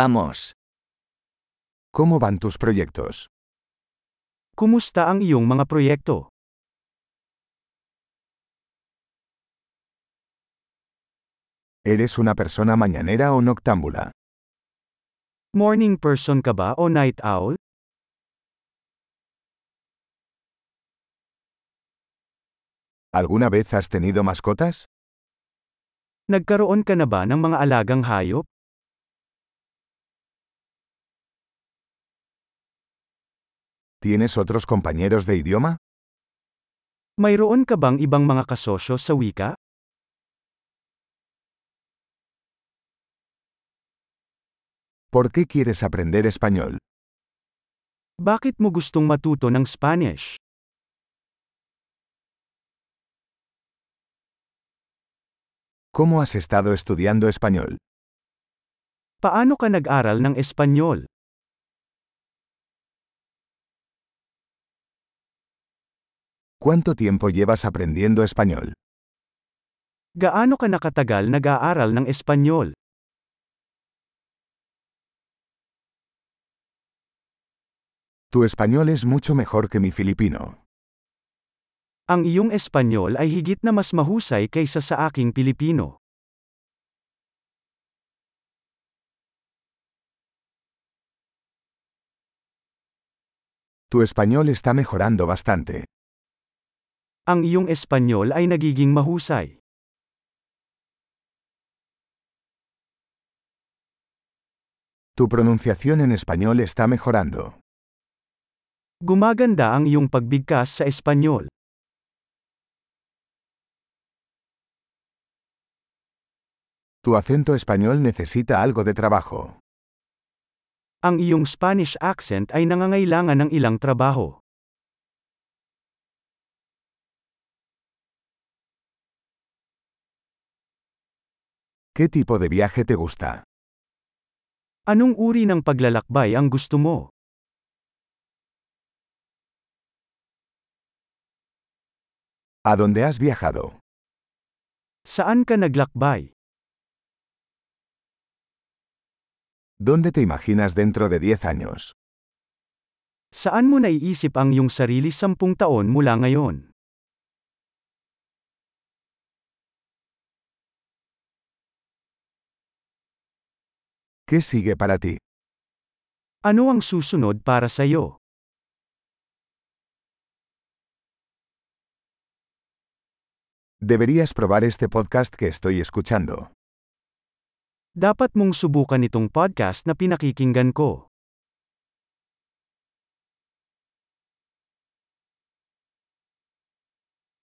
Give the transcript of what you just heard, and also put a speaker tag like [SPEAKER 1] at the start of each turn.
[SPEAKER 1] Vamos.
[SPEAKER 2] ¿Cómo van tus proyectos?
[SPEAKER 3] Kumusta ang iyong mga proyekto?
[SPEAKER 2] ¿Eres una persona mañanera o noctámbula?
[SPEAKER 3] Morning person ka ba o night owl?
[SPEAKER 2] ¿Alguna vez has tenido mascotas?
[SPEAKER 3] Nagkaroon ka na ba ng mga alagang hayop?
[SPEAKER 2] ¿Tienes otros compañeros de idioma?
[SPEAKER 3] Mayroon ka bang ibang mga kasosyo sa wika?
[SPEAKER 2] ¿Por qué quieres aprender español?
[SPEAKER 3] Bakit mo gustong matuto ng Spanish?
[SPEAKER 2] ¿Cómo has estado estudiando español?
[SPEAKER 3] Paano ka nag-aral ng Espanyol?
[SPEAKER 2] ¿Cuánto tiempo llevas aprendiendo español?
[SPEAKER 3] Gaano ka nakatagal nag-aaral ng Espanyol?
[SPEAKER 2] Tu español es mucho mejor que mi filipino.
[SPEAKER 3] Ang iyong Espanyol ay higit na mas mahusay kaysa sa aking Pilipino.
[SPEAKER 2] Tu español está mejorando bastante.
[SPEAKER 3] Ang iyong Espanyol ay nagiging mahusay.
[SPEAKER 2] Tu pronunciación en español está mejorando.
[SPEAKER 3] Gumaganda ang iyong pagbigkas sa Espanyol.
[SPEAKER 2] Tu acento español necesita algo de trabajo.
[SPEAKER 3] Ang iyong Spanish accent ay nangangailangan ng ilang trabaho.
[SPEAKER 2] ¿Qué tipo de viaje te gusta?
[SPEAKER 3] Anong uri ng paglalakbay ang gusto mo?
[SPEAKER 2] ¿A dónde has viajado?
[SPEAKER 3] Saan ka naglakbay?
[SPEAKER 2] ¿Dónde te imaginas dentro de 10 años?
[SPEAKER 3] Saan mo naiisip ang iyong sarili sampung taon mula ngayon?
[SPEAKER 2] ¿Qué sigue para ti?
[SPEAKER 3] Ano ang susunod para sa iyo?
[SPEAKER 2] Deberías probar este podcast que estoy escuchando.
[SPEAKER 3] Dapat mong subukan itong podcast na pinakikinggan ko.